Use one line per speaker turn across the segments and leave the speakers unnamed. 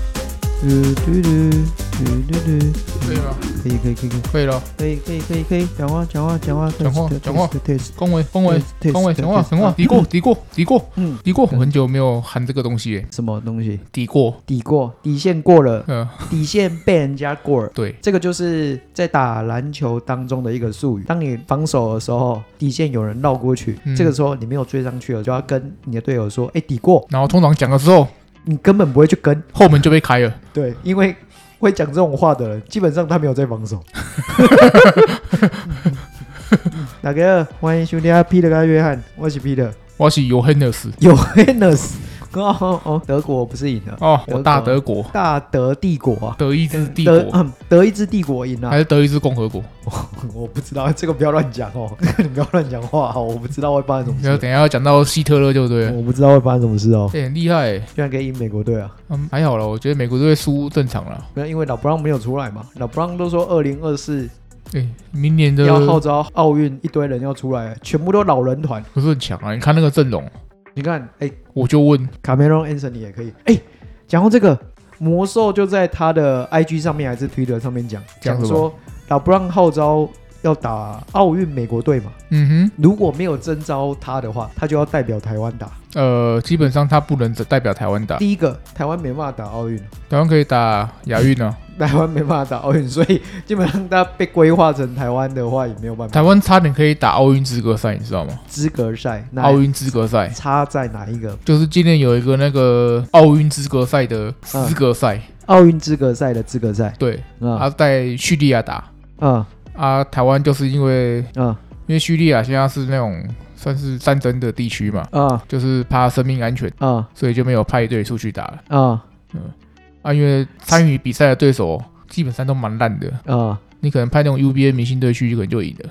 嘟嘟嘟嘟嘟嘟，
可以了，
可以可以可以可以可以可
可以了，
以可以，讲话讲话讲话
讲话
test，
讲话
test，test，
恭维恭维
test，
恭维，
test，
讲话
test 啊
讲话，敌过敌过敌过
嗯，
敌过，我很久没有喊这个东西耶，
什么东西？
敌过，
底过底线过 了，
嗯，
底线被人家过了。
对，
这个就是在打篮球当中的一个术语。当你防守的时候，底线有人绕过去，
嗯
这个时候你没有追上去了，就要跟你的队友说：“哎，底过！”
然后通常讲了之后，
你根本不会去跟，
后门就被开了，
对，因为会讲这种话的人，基本上他没有在防 守。嗯大家好，欢迎兄弟啊，Peter 跟约翰，我是 Peter。
我是 Johannes，
有 h e n n e s 哦哦哦，德国不是赢了，
哦，
德
我
国
大德国，
大德帝国啊，
德意志帝
德
国，
嗯德意志帝国赢了、
还是德意志共和国？
我不知道这个不要乱讲哦， 这个你不要乱讲话哦，我不知道会发生什么
然后
事，
等一下要讲到希特勒就啊对啊了，
我不知道会发生什么事哦，
这很厉害耶，
居然可以赢美国队啊！
嗯，还好了，我觉得美国队输正常了，
没有，因为老布朗没有出来嘛，老布朗都说二零二四
对，哎明年的
要号召奥运，一堆人要出来，全部都老人团。
不是很强啊，你看那个阵容，
你看，哎，
我就问，
卡梅隆·安森尼也可以。哎，讲到这个，魔兽就在他的 IG 上面还是 Twitter 上面讲，
讲
讲
什么
说老布朗号召要打奥运美国队嘛，
嗯
如果没有征召他的话，他就要代表台湾打。
哼，呃，基本上他不能代表台湾打，
第一个，台湾没办法打奥运，
台湾可以打亚运啊，
台湾没办法打奥运，所以基本上他被规划成台湾的话也没有办法。
台湾差点可以打奥运资格赛，你知道吗？
资格赛，那
奥运资格赛
差在哪一个？
就是今年有一个那个奥运资格赛的资格赛，
奥运资格赛的资格赛，
对，
啊
他在叙利亚打
啊
啊，台湾就是因为
啊
因为叙利亚现在是那种算是战争的地区嘛，
啊
就是怕生命安全，
啊
所以就没有派队出去打了
啊
啊，因为参与比赛的对手基本上都蛮烂的，
啊
你可能派那种 UBA 明星队去，可能就赢了。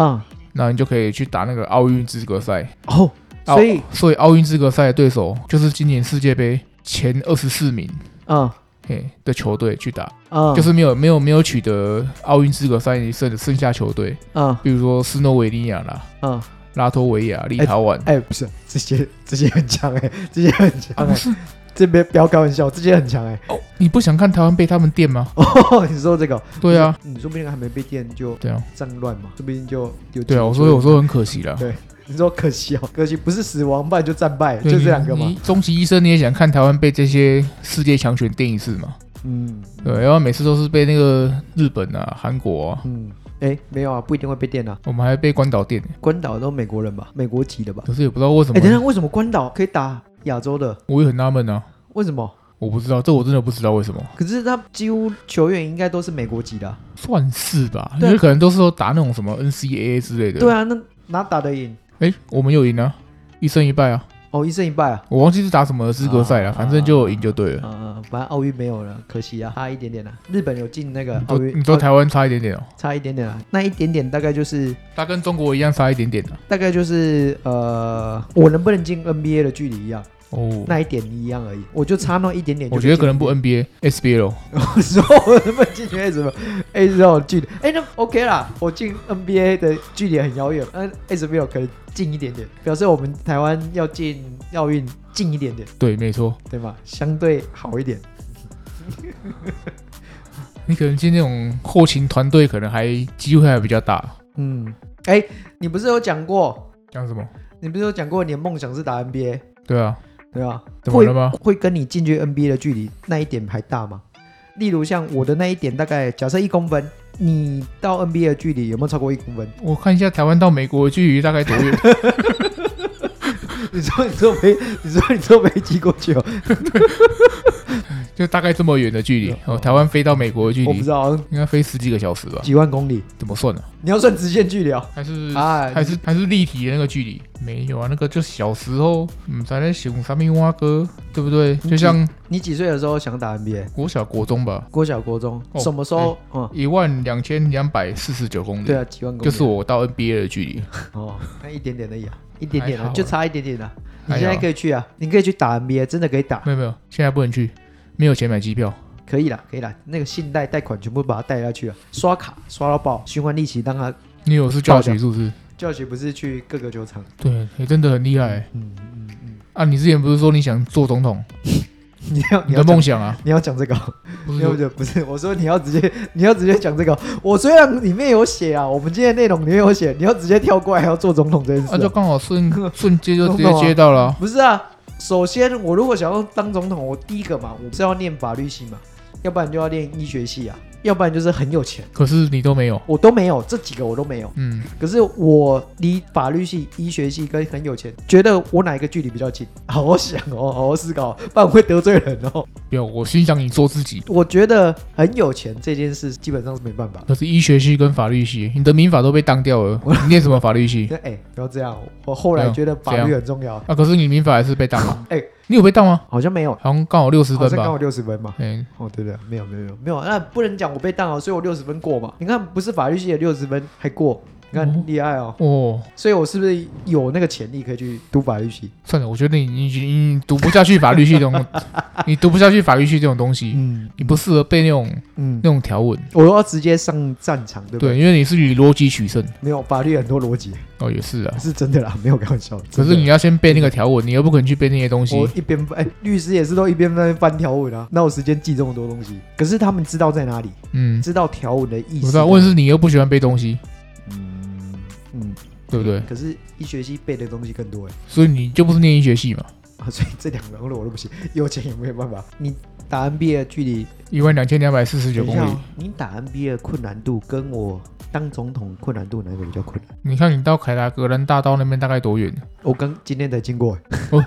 啊！
那你就可以去打那个奥运资格赛。
哦，
奥
所以
所以奥运资格赛的对手就是今年世界杯前二十四名嗯
啊
嘿的球队去打，
啊
就是没有没有没有取得奥运资格赛剩剩下球队，
啊
比如说斯诺维尼亚啦、
啊！
拉脱维亚、立陶宛。
哎，不是，这些这些很强哎，这些很强
啊
哎
不，是
这边不要开玩笑，这些很强哎。
哦，你不想看台湾被他们电吗？
哦， 你说这个，
对啊，
你说不定还没被电就
对啊，
战乱嘛，说不定就有
对啊，我说我说很可惜啦。
对你说可惜哦，可惜不是死亡，不然就战败，就
对
这两个嘛
你。你终其一生，你也想看台湾被这些世界强权电一次嘛？
嗯
对，然后每次都是被那个日本啊、韩国啊，
嗯，哎，没有啊，不一定会被电啊。
我们还被关岛电。
关岛都美国人吧，美国籍的吧？
可是也不知道为什么，
哎，等一下，为什么关岛可以打亚洲的？
我也很纳闷啊，
为什么？
我不知道，这我真的不知道为什么，
可是他几乎球员应该都是美国籍的啊、
算是吧，因
对啊
为可能都是说打那种什么 NCAA 之类的。
对，啊，那哪打得赢？
哎，我们有赢啊，一胜一败啊，
哦，一胜一败啊。
我忘记是打什么资格赛了，
啊
反正就有赢就对了。
嗯嗯，反正奥运没有了，可惜啊，差一点点啊。日本有进那个
你
奥
说
运，
你说
奥
台湾差一点点哦，
差一点点啊，那一点点大概就是
他跟中国一样差一点点啊的
大概就是呃，我能不能进 NBA 的距离一样，
哦。
那一点一样而已，我就差那一点点就
我
以
觉
进。
得可能不 NBA、SBL，
我说 我能不能进 NBA 什么 SBL 距离？哎，那 OK 啦，我进 NBA 的距离很遥远，嗯，SBL 可以近一点点，表示我们台湾要进奥运近一点点，
对，没错。
对吗？相对好一点。
你可能进那种后勤团队，可能还机会还比较大。
嗯，哎，你不是有讲过，
讲什么？
你不是有讲过你的梦想是打 NBA？
对啊，
对吧？
怎么了吗
会会跟你进去 NBA 的距离那一点还大吗？例如像我的那一点，大概假设一公分，你到 NBA 的距离有没有超过一公分？
我看一下台湾到美国的距离大概 多远？
你说你坐飞，你说你坐飞机过去
嗯
哦，
就大概这么远的距离。
哦
哦，台湾飞到美国的距
我不
离
知道，好像
应该飞十几个小时吧？
几万公里，
怎么算呢、
你要算直线距离哦。
还是、
啊，
嗯还是还是立体的那个距离？没有啊，那个就小时候，嗯，咱在想啥咪蛙哥，对不对？就像
你几岁的时候想打 NBA？
国小国中吧，
国小、国中，
哦
什么时候？嗯，
一万两千两百四十九公里，
对啊，几万公里啊，
嗯就是我到 NBA 的距离。
哦，那一点点而已啊，一点点
还
啊，
好啊
就差一点点啊。你
还
现在
好
可以去啊，你可以去打 NBA，真的可以打，
没有没有，现在不能去，没有钱买机票。
可以啦，可以啦，那个信贷贷款全部把它贷下去啊，刷卡刷到爆，循环利息让他
你有是
爆掉
教学是不是？
教学不是去各个球场，
对，你真的很厉害、
嗯嗯嗯，
啊！你之前不是说你想做总统？
你要
你
你要讲
的梦想啊，
你要讲这个哦，
不
没
是
有
说
的不是，我说你要直接 你要直接讲这个哦。我虽然里面有写啊，我们今天的内容里面有写，你要直接跳过来要做总统这件事
啊，就
哦、
刚 好瞬瞬间就直接接到了啊、
不是啊。首先，我如果想要当总统，我第一个嘛，我是要念法律系嘛，要不然就要念医学系啊，要不然就是很有钱，
可是你都没有，
我都没有这几个我都没有。
嗯，
可是我离法律系、医学系跟很有钱，觉得我哪一个距离比较近？ 好好想哦，好好思考，不然会得罪人哦。
不要，我欣赏你做自己。
我觉得很有钱这件事基本上是没办法。
可是医学系跟法律系，你的民法都被当掉了，你念什么法律系
那哎、不要这样，我后来觉得法律很重要。。
啊？可是你民法还是被当了
哎
你有被当吗？
好像没有，
好像刚好六十
好
分
像刚
吧
好。六十分嘛。
哎、
哦，对对，没有没有没有没有，那不能讲我被当了，所以我六十分过嘛。你看，不是法律系的六十分还过，你
哦
看厉害哦。
哦，
所以我是不是有那个潜力可以去读法律系？
算了，我觉得你你你你读不下去法律系 这种，你读不下去法律系这种东西，
嗯
你不适合背那种
嗯
那，种条文。
我要直接上战场，对不对？
对，因为你是以逻辑取胜。
没有法律很多逻辑，
哦，也是啊。
是真的啦，没有开玩笑。
可
真的
是你要先背那个条文，你又不可能去背那些东西
我。一边翻哎、律师也是都一边在翻条文啊，哪有时间记这么多东西？可是他们知道在哪里，
嗯，
知道条文的意
我
思。
知道。问题是你又不喜欢背东西，
嗯嗯，
对不对？
可是医学系背的东西更多 哎、
所以你就不是念医学系嘛？
啊，所以这两个我都不行，有钱也没有办法。你打 NBA 的距离，
一万两千两百四十九
等一
公
下
里
哦。，你打 NBA 的困难度跟我当总统困难度哪个比较困难？
你看你到凯达格兰大道那边大概多远？
我刚今天才经过、欸，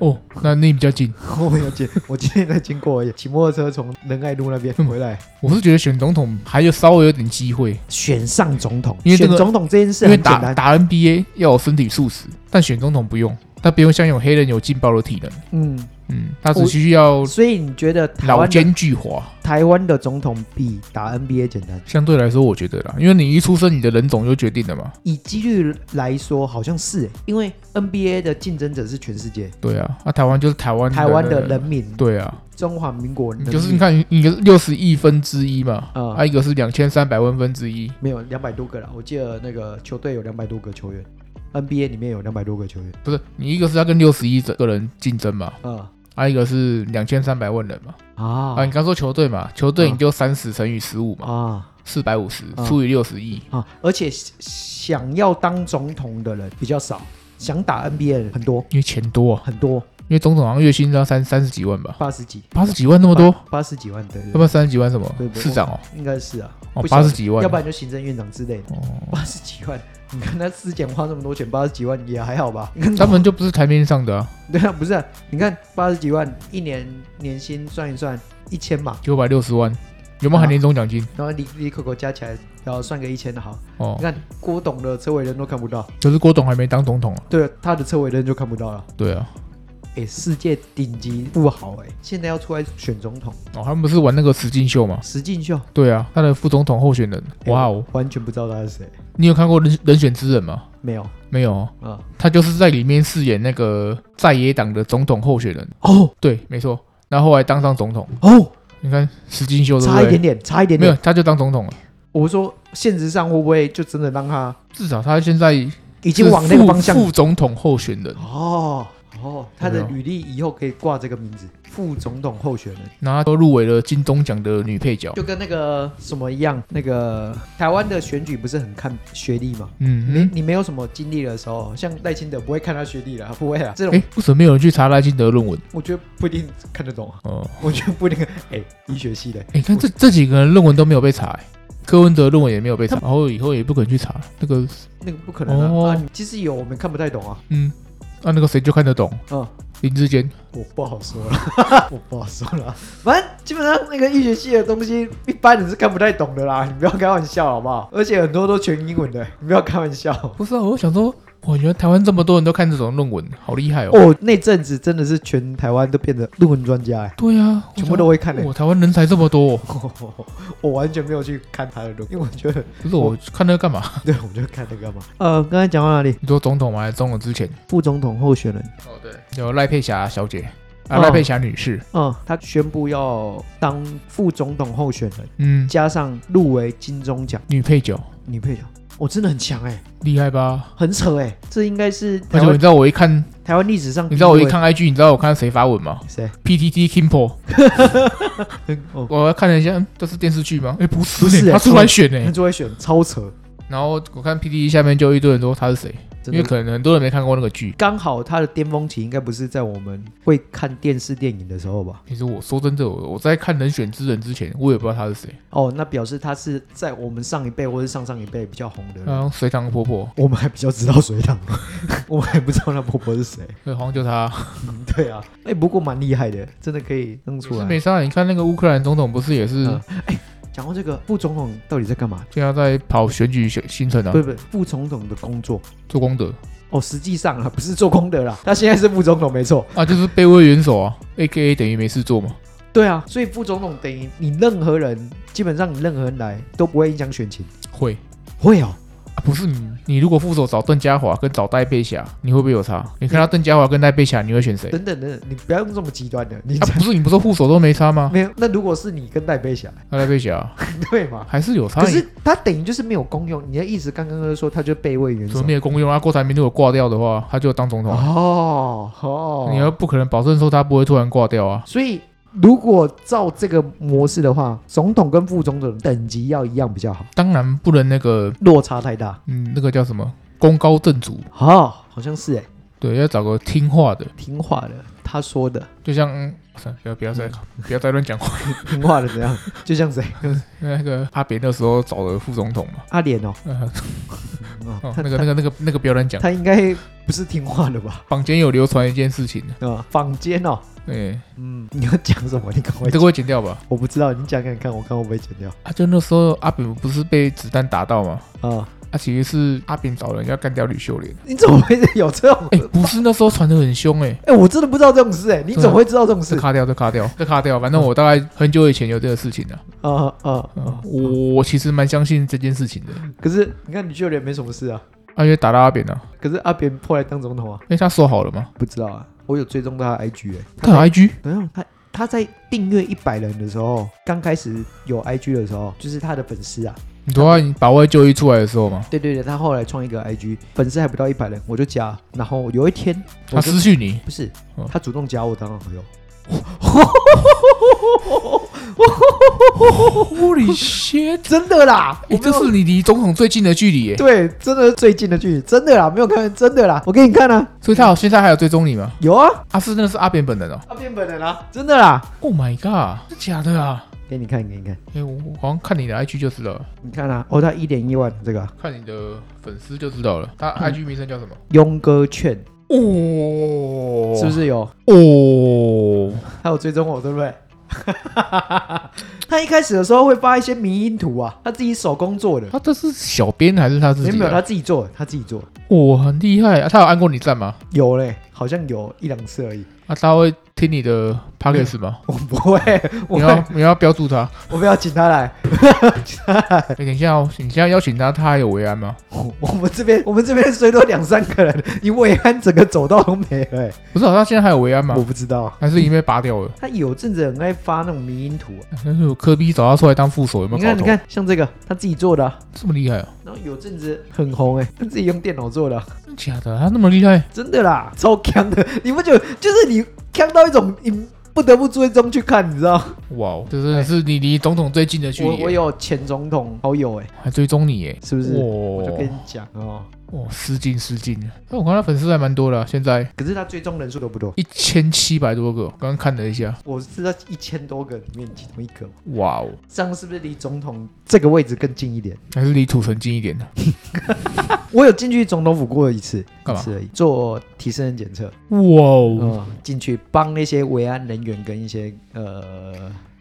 哦，那那比较近。
我没有经，我今天才经过而已，骑摩托车从仁爱路那边回来，
我是觉得选总统还有稍微有点机会，
选上总统，
因为这个
选总统这件事
因为
很简
打
单，
打 NBA 要有身体素质，但选总统不用，他不用像有黑人有劲爆的体能，
嗯，
嗯，他只需要
所以你觉得台
老
湾的
奸巨猾。
台湾的总统比打 NBA 简单？
相对来说，我觉得啦，因为你一出生你的人种就决定了嘛。
以几率来说，好像是、欸，因为 NBA 的竞争者是全世界，
对啊，那、台湾就是台湾
台湾的人，民，
对啊，
中华民国人民，
就是你看你你六十亿分之一嘛，
嗯
啊，一个是两千三百万分之一，
没有两百多个啦，我记得那个球队有两百多个球员，NBA 里面有两百多个球员，
不是你一个是要跟六十亿个人竞争嘛，
嗯
啊，一个是两千三百万人嘛。
啊
啊，你刚说球队嘛，球队
啊
你就三十乘以十五嘛，
啊
四百五十
啊
除以六十亿，
啊！而且想要当总统的人比较少，想打 NBA 的人很多
因为钱多啊，
很多，
因为总统好像月薪要三三十几万吧，
八十几，
八十几万那么多，
八八十几万对，对
要不然三十几万什么
对对
市长哦，
应该是啊，
哦
不晓
八
得
十几万，
要不然就行政院长之类的，
哦，
八十几万。你看他尸检花那么多钱，八十几万也还好吧？你看
他们就不是台面上的啊，
对啊，不是、啊，你看八十几万一年年薪算一算一千嘛，
九百六十万，有没有含年终奖金？
然后离离口口加起来，然后算个一千的好。
哦
你，看郭董的车尾灯都看不到，
可是郭董还没当总统啊，
对，他的车尾灯就看不到了。
对啊，
哎，世界顶级富豪哎，现在要出来选总统，
哦，他们不是玩那个实境秀嘛，
石进秀，
对啊，他的副总统候选人，
哎
哇哦，，
完全不知道他是谁，
你有看过人人选之人吗？
没有
没有哦，
啊？
他就是在里面饰演那个在野党的总统候选人。
哦
对，没错。那后来当上总统，
哦，
你看石进秀对不
差
对？
一点点，差一点
没有
点。，
他就当总统了。
我说现实上会不会就真的让他
至少他现在已
已经往那个方向
副总统候选人，
哦哦，他
有
的
没有
履历以后可以挂这个名字，副总统候选人，
然后他都入围了金钟奖的女配角。
就跟那个什么一样，那个台湾的选举不是很看学历吗？你
嗯
你没有什么经历的时候，像赖清德不会看他学历啦，不会 啊，这
嗯，
种、
哎，为什么没有人去查赖清德论文？
我觉得不一定看得懂啊，
哦，
我觉得不一定。哎、医学系的，
哎，看这这几个人论文都没有被查，哎柯文哲论文也没有被查，然后以后也不可能去查那个，
那个不可能啊，
哦
啊即使有我们看不太懂啊，
嗯，啊那个谁就看得懂，
嗯。
林志坚，
我不好说了， 我不好说了。反正基本上那个医学系的东西，一般人是看不太懂的啦。你不要开玩笑好不好？而且很多都全英文的，你不要开玩笑。
不是啊，我想说，我觉得台湾这么多人都看这种论文，好厉害哦。
哦，那阵子真的是全台湾都变得论文专家哎，
对啊，
全部都会看的、哎
我台湾人才这么多，
哦我完全没有去看他的论文， 因为我觉得，
可是我看那个干嘛？
对，我就看那个嘛。呃，刚才讲到哪里？
你说总统吗？还是总统之前？
副总统候选人，
哦，对，有赖佩霞小姐啊，
哦
赖佩霞女士，
嗯，他宣布要当副总统候选人，
嗯，
加上入围金钟奖
女配角，
女配角，我、真的很强哎、
厉害吧？
很扯哎、这应该是台
而且你
湾
知道我一看，
台湾历史上，
你知道我一看 IG，你知道我看谁发文吗
谁？
？PTT Kimpo，
嗯 哦，
我看了一下，嗯这是电视剧吗？哎，不是
不是
欸，
欸
他出来选
他
哎。
就会选超扯，
然后我看 PTT 下面就一堆人说他是谁，
真
因为
的。
可能很多人没看过那个剧。
刚好他的巅峰期应该不是在我们会看电视电影的时候吧？
其实我说真的，我我在看《人选之人》之前，我也不知道他是谁，
哦，那表示他是在我们上一辈或是上上一辈比较红的人。
然后隋唐婆婆，
我们还比较知道水塘， 我们还不知道那婆婆是谁。
对，好像就他。
嗯对啊，哎、不过蛮厉害的，真的可以弄出
是
来。
没杀，你看那个乌克兰总统不是也是
嗯讲到这个副总统到底在干嘛？
现在在跑选举行行程啊
不，是不是，副总统的工作
做功德
哦，实际上啊，不是做功德啦，他现在是副总统没错。
啊，就是卑微元首啊，A K A 等于没事做嘛。
对啊，所以副总统等于你任何人，基本上你任何人来都不会影响选情。
会
会哦，
啊，不是你，你如果副手找邓家华跟找戴佩霞，你会不会有差？你看到邓家华跟戴佩霞，你会选谁？
等等等等，你不要用这么极端的，你
啊，不是你不是说副手都没差吗？
没有。那如果是你跟戴佩霞，
那戴佩 霞啊
对吗？
还是有差，
可是他等于就是没有功用。你的意思刚刚就说他就备位元
怎
首
么没有公用啊？郭台铭如果挂掉的话，他就当总统啊。
哦哦，
你又不可能保证说他不会突然挂掉啊。
所以如果照这个模式的话，总统跟副总统等级要一样比较好，
当然不能那个，
落差太大。
嗯，那个叫什么功高震主，
哦，好像是哎、
对，要找个听话的，
听话的，他说的，
就像，嗯算了不要不要再
嗯
不要再乱讲 话。
听话的怎样？就像谁？
那个阿扁那时候找的副总统 嘛，
阿莲哦，
呃
嗯
哦
哦，
那个那个那个那个不要乱讲。
他应该不是听话的吧？
坊间有流传一件事情，
对吧？坊间哦，
哎，
嗯，你要讲什么？你赶快
你这
讲，
个会剪掉吧？
我不知道，你讲讲看，我看会不会剪掉
啊，就那时候阿扁不是被子弹打到嘛？
啊？
啊，其实是阿扁找人要干掉吕秀莲。
你怎么会有这种？
哎，不是那时候传的很凶，哎，
哎、我真的不知道这种事哎、你怎么会知道这种
这
事？
卡掉，这 卡掉，这卡掉。反正我大概很久以前有这个事情的。
啊啊
嗯
啊！
我其实蛮相信这件事情的，
可是你看，你秀莲没什么事啊，
而且打到阿扁了、啊，
可是阿扁后来当总统啊，
因为他说好了嘛，
不知道啊，我有追踪到他的 IG 哎、
他有 IG，
没有他他在订阅一百人的时候，刚开始有 IG 的时候，就是他的粉丝啊，
你都要把外就医出来的时候嘛，
对对对，他后来创一个 IG，粉丝还不到一百人，我就加，然后有一天
他
我就
失去你，
不是
哦
他主动加我当好 友，
Holy shit！
真的啦， 我
哎、
没有
这是你离总统最近的距离耶，
对，真的是最近的剧，真的啦，没有看，真的啦，我给你看啊，
所以他好现在还有追踪你吗？
有啊，
啊，是那是阿扁本人哦。
他变本人啊啦，真的啦，
Oh my god，是假的啊！
给你看，给你看，
哎、我我好像看你的 IG 就知道了，
你看啊，哦，他一点一万这个啊
看你的粉丝就知道了。
嗯
他 IG 名称叫什么？
庸哥券
哦
是不是有？
哦，
他有追踪我，对不对？ 他一开始的时候会发一些迷因图啊，他自己手工做的，
他这是小编还是他自
没有
己、
没有，
啊？
他自己做的，他自己做的，
哇、很厉害啊！他有按过你赞吗？
有嘞，好像有一两次而已。
啊，他会听你的 p o c k e t 吗？
我不会， 我
你
会
要你要标注他。
我不要请他来，
哎、等一下哦，你现在邀请他，他还有维安吗？
我我们这边我们这边最多两三个人， 你伟安整个走道都没了、欸，
不是、啊，他现在还有维安吗
我？不知道。
还是已经被拔掉了？
他有阵子很爱发那种迷因图、啊，
但是有 科比找他出来当副手，有没
你
有搞
看
头？
你看，像这个他自己做的啊、
这么厉害啊！
然后有阵子很红哎、他自己用电脑做的啊、
真假的？他那么厉害？
真的啦，超强的，你不觉得？就是你强到一种，你不得不追踪去看，你知道？
哇哦，这真的是你离总统最近的距
我
离
我
耶，
有前总统好友哎、
还追踪你耶！
是不是？我就跟你
哇
讲哦，
哇，失敬失敬！那我看他粉丝还蛮多的啊，现在
可是他追踪人数都不多，
一千七百多个，刚刚看了一下，
我是在一千多个里面其中一个，
哇哦，
这样是不是离总统这个位置更近一点？
还是离土城近一点的。
我有进去总统府过一次，
干
一
嘛
次而已，做提升人检测，
哇哦，
嗯，进去帮那些维安人员跟一些呃。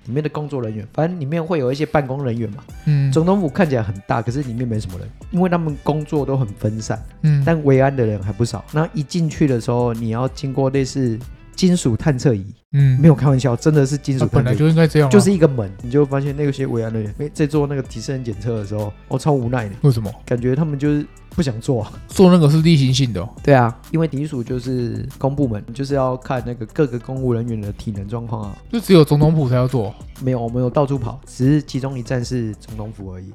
里面的工作人员，反正里面会有一些办公人员嘛。
嗯
总统府看起来很大，可是里面没什么人，因为他们工作都很分散。
嗯，
但维安的人还不少。那一进去的时候，你要经过类似金属探测仪，
嗯
没，有开玩笑，真的是金
他
属探
本
测
来
仪。
就应该这样啊，
就是一个门，你就发现那些维安人员诶在做那个提升检测的时候，我、超无奈的，
为什么
感觉他们就是不想做、啊。
做那个是例行性的哦？
对啊，因为底属就是公部门，就是要看那个各个公务人员的体能状况啊。
就只有总统府才要做
没有，我们有到处跑，只是其中一站是总统府而已。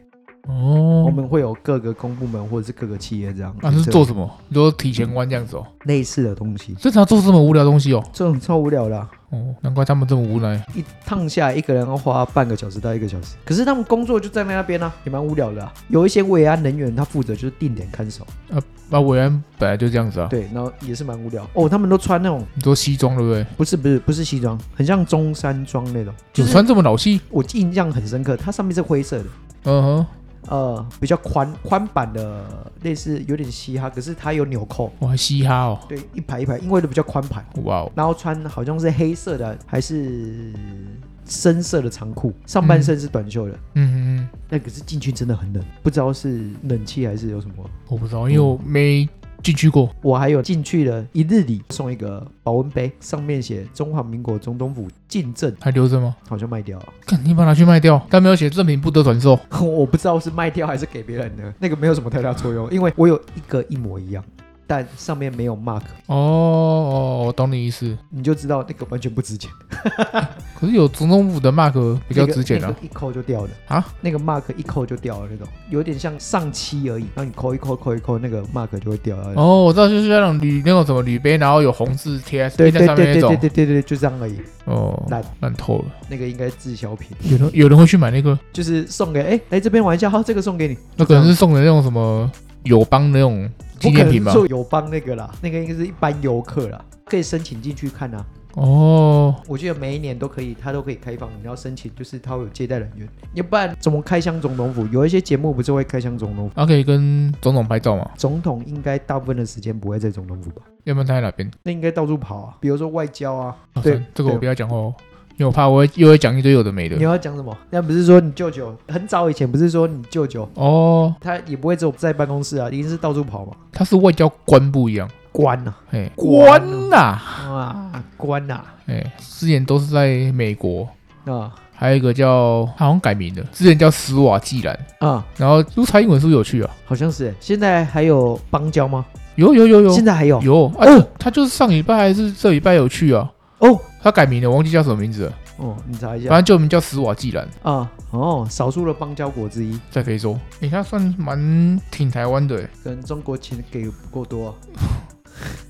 我
哦，
们会有各个公部门或者是各个企业这样，
那、是做什么？你说体前弯这样子哦，
类似的东西，
正常做这么无聊的东西哦，
这种超无聊的啊、
哦，难怪他们这么无奈。
一趟下来一个人要花半个小时到一个小时，可是他们工作就站在那边啊，也蛮无聊的、啊。有一些维安人员他负责就是定点看守，啊
那伟安啊本来就这样子啊，
对，然后也是蛮无聊哦。他们都穿那种
你说西装对不对？
不是不是不是西装，很像中山装那种，就
有
是
穿这么老气？
我印象很深刻，它上面是灰色的，
嗯哼，
呃，比较宽宽版的，类似有点嘻哈，可是它有纽扣，
我还嘻哈哦，
对，一排一排，因为都比较宽版，
哇哦，
然后穿好像是黑色的还是深色的长裤，上半身是短袖的。
嗯嗯嗯，
那可是进去真的很冷，不知道是冷气还是有什么。
我不知道，因为我没进去过。
我还有进去了一日里送一个保温杯，上面写中华民国总统府进证，
还留着吗？
好像卖 掉了，
看你把它拿去卖掉，但没有写赠品不得转售。
我不知道是卖掉还是给别人的，那个没有什么太大作用，因为我有一个一模一样，但上面没有 mark，
哦哦，我懂你意思。
你就知道那个完全不值钱，
可是有总统府的 mark 比较值钱
那
啊
个。那个一抠就掉了
啊，
那个 mark 一抠就掉了那种，有点像上漆而已，让你抠一抠抠一抠，那个 mark 就会掉了。
哦，我知道，就是那种铝那种什么铝杯，然后有红字贴
对
贴
对对
在上面
对
那
对
种。
对对对，就这样而已。
哦，
烂
烂透了。
那个应该滞销品。
有人有人会去买那个？
就是送给哎、来这边玩一下，好，这个送给你。
那可能是送的那种什么友邦的那种纪
不可
念
能
品吧？
做友邦那个啦，那个应该是一般游客啦，可以申请进去看啊。
哦，
我记得每一年都可以，它都可以开放，你要申请，就是它会有接待人员，要不然怎么开箱总统府？有一些节目不是会开箱总统府？
那、啊可以跟总统拍照嘛？
总统应该大部分的时间不会在总统府吧？
要不然他在哪边？
那应该到处跑啊，比如说外交啊。
啊
对
算了这个我不要讲哦，因为我怕我会又会讲一堆有的没
你
的。
要讲什么？那不是说你舅舅很早以前不是说你舅舅
哦，
他也不会只有在办公室啊，一定是到处跑嘛。
他是外交官不一样，
官呐、
哎，
官
官呐，
啊，官呐、啊，
哎，之前都是在美国，
啊
还有一个叫他好像改名了，之前叫斯瓦季兰，
啊。
然后就蔡英文是不是有去啊？
好像是欸，现在还有邦交吗？
有有有有
现在还有
有，啊
哦
他就是上礼拜还是这礼拜有去啊？
哦
他改名了，我忘记叫什么名字了，
哦，你查一
反
下
正旧名叫斯瓦季兰，
啊哦，少数的邦交国之一，
在非洲。哎、他算蛮挺台湾的、欸，
可能中国钱给不够多、啊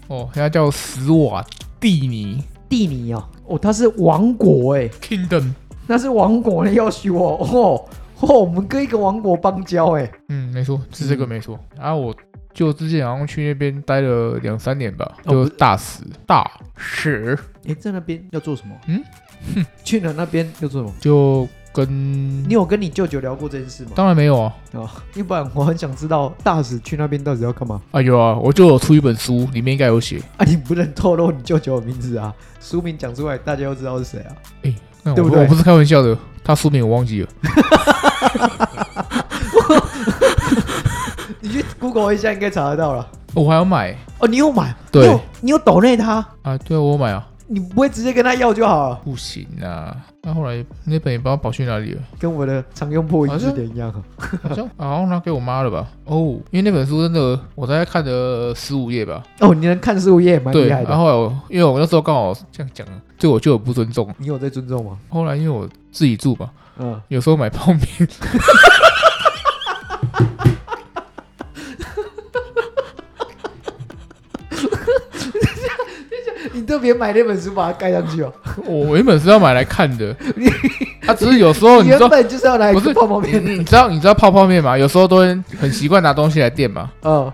哦，他叫斯瓦蒂尼
蒂尼啊，哦，它是王国哎、
Kingdom。
那是王国的要修哦哦哦，我们跟一个王国邦交哎、
嗯，没错，是这个没错。然后、我就之前好像去那边待了两三年吧，
哦
就
不是
大使大使，
哎，在那边要做什么？
嗯，
去了那边要做什么？
就跟
你有跟你舅舅聊过这件事吗？
当然没有啊
哦，要嗯不然我很想知道大使去那边到底要干嘛
啊有啊，我就有出一本书，里面应该有写。
啊？你不能透露你舅舅的名字啊，书名讲出来大家都知道是谁啊？
嗯那我
对不对
我不是开玩笑的，他书名我忘记了。
你去 Google 一下，应该查得到了。
我还要买
哦，你有买？
对
你有你有抖内他，
啊，对啊，我有买啊，
你不会直接跟他要就好了，
不行啊。那、后来那本也不知道跑去 哪里了，
跟我的常用破译字典一样啊。
好像好像拿给我妈了吧？哦，因为那本书真的我大概看了十五页吧。
哦，你能看书也蛮
对，
厉害
然
的。
后我因为我那时候刚好这样讲，对我就有不尊重。
你有在尊重吗？
后来因为我自己住嘛，
嗯，
有时候买泡面，
你特别买那本书把它盖上去哦。
我原本是要买来看的，啊，只是有时候
你
你
原
知道，
本就是要来
不是嗯
泡泡面的。
你知道你知道泡泡面嘛？有时候都会很习惯拿东西来垫嘛，
嗯，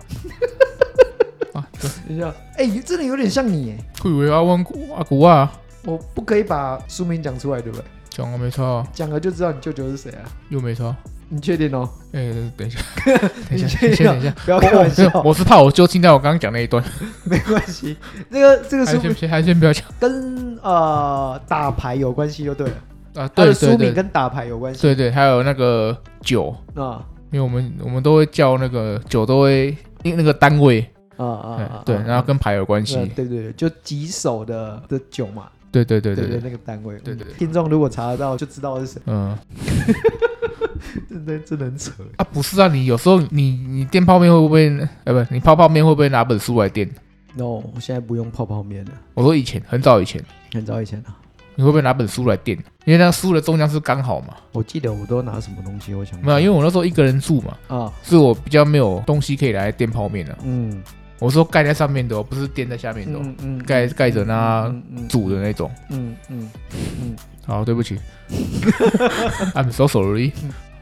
啊，
等一下，哎，你真的有点像你耶。
会以为阿温阿古啊，
我不可以把书名讲出来，对不对？
讲我没错啊，
讲了就知道你舅舅是谁啊。
又没错啊。
你确定哦？
哎、等一下，等
你
一下，
确
等
定哦
一下，等一下，
不要开玩
没有
笑，
哦我是怕我纠听到我刚刚讲那一段，
没关系。这个这个
还
书
是先还是先不要讲
跟呃打牌有关系就对了。
啊。
它
对
的书
对
名
对，
跟打牌有关系
对对，还有那个酒，
啊
因为我们我们都会叫那个酒都会那个单位，
啊
哎
啊！
对，
啊
然后跟牌有关系
嗯，对对对，就几手的的酒嘛，
对对对
对
对
对，那
对，
个单位。
对对对
听众如果查得到就知道是谁，
嗯
真的真的很扯。
啊，不是啊，你有时候你你垫泡面会不会？呃，不，你泡泡面会不会拿本书来垫？
No，我现在不用泡泡面了，
我说以前很早以前，
很早以前了。啊
你会不会拿本书来垫？因为那个书的重量是刚好嘛。
我记得我都拿什么东西，我想
没有，因为
为
我那时候一个人住嘛，
啊，
所以我比较没有东西可以来垫泡面的、
嗯，
我说盖在上面的、哦，不是垫在下面的、哦，
嗯嗯，
盖盖着那
嗯嗯
煮的那种。
嗯嗯嗯，
好，对不起 啊，I'm so sorry。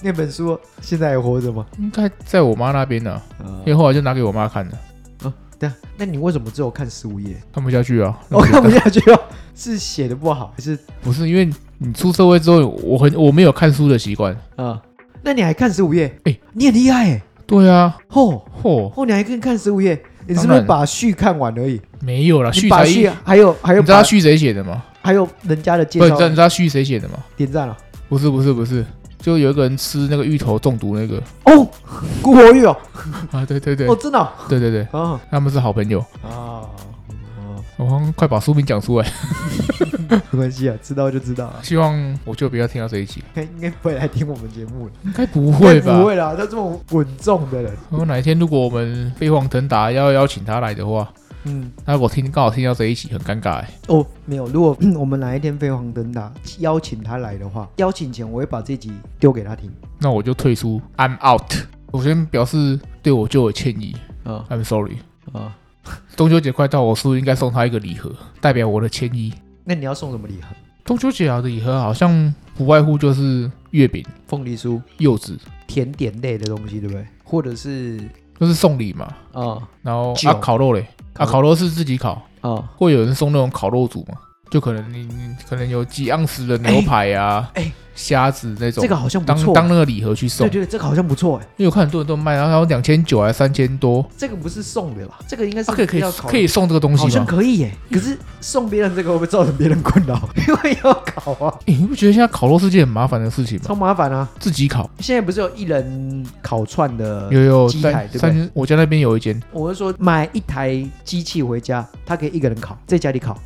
那本书现在还活着吗？
应该在我妈那边呢、
啊
因为后来就拿给我妈看了，
对啊，那你为什么只有看十五 页？
看不下去啊。
我看不下去哦，是写的不好还是
不是因为你出社会之后，我很我没有看书的习惯。
啊？那你还看十五页？
哎
你很厉害哎！
对啊，
吼
嚯，
吼，你还可以看十五页？你是不
当
是
然
把序看完而已？
没有啦，
你
序
把
才
序
一，
还有还有
你知道
把
序谁写的吗？
还有人家的介
不，你
绍
知道你知道序谁写的吗？
点赞了哦
不是不是不是，就有一个人吃那个芋头中毒那个
哦，顾活玉哦，
啊，对对对
哦真的哦
对对对，
哦
他们是好朋友。
哦哦，
我刚刚快把书名讲出来，
没关系啊，知道就知道啊，
希望我就不要听到这一集，
应 该应该不会来听我们节目了，
应该不会 吧？
不会啦，他这么稳重的人，
我哪一天如果我们飞黄腾达要邀请他来的话，
嗯。
那我听刚好听到这一集很尴尬哎、
哦，没有。如果 我们哪一天飞黄腾达，邀请他来的话，邀请前我会把这集丢给他听。
那我就退出，I'm out。我先表示对我舅有歉意
啊
，I'm sorry。
啊，
中秋节快到，我是不是应该送他一个礼盒，代表我的歉意？
那你要送什么礼盒？
中秋节啊的礼盒好像不外乎就是月饼、
凤梨酥，
柚子，
甜点类的东西，对不对？或者是
就是送礼嘛。
啊
然后
酒
啊烤肉嘞，啊烤肉是自己烤，
啊，
会有人送那种烤肉组嘛？就可能你你可能有几盎司的牛排啊、
哎哎
虾子那种，
这个好像不
当
错。
当那个礼盒去送
对。对，这个好像不错哎，
因为我看很多人都卖，然后两千九还三千多，
这个不是送的吧？这个应该是
啊、可以可以
要烤的
可以送这个东
好
西
像
吗？
可以耶。可是送别人这个会不会造成别人困扰？ 因为要烤啊，
诶你不觉得现在烤肉是件很麻烦的事情吗？
超麻烦啊。
自己烤，
现在不是有一人烤串的
有有
鸡排
在
呃对不对
三，我家那边有一间，
我是说买一台机器回家，他可以一个人烤，在家里烤。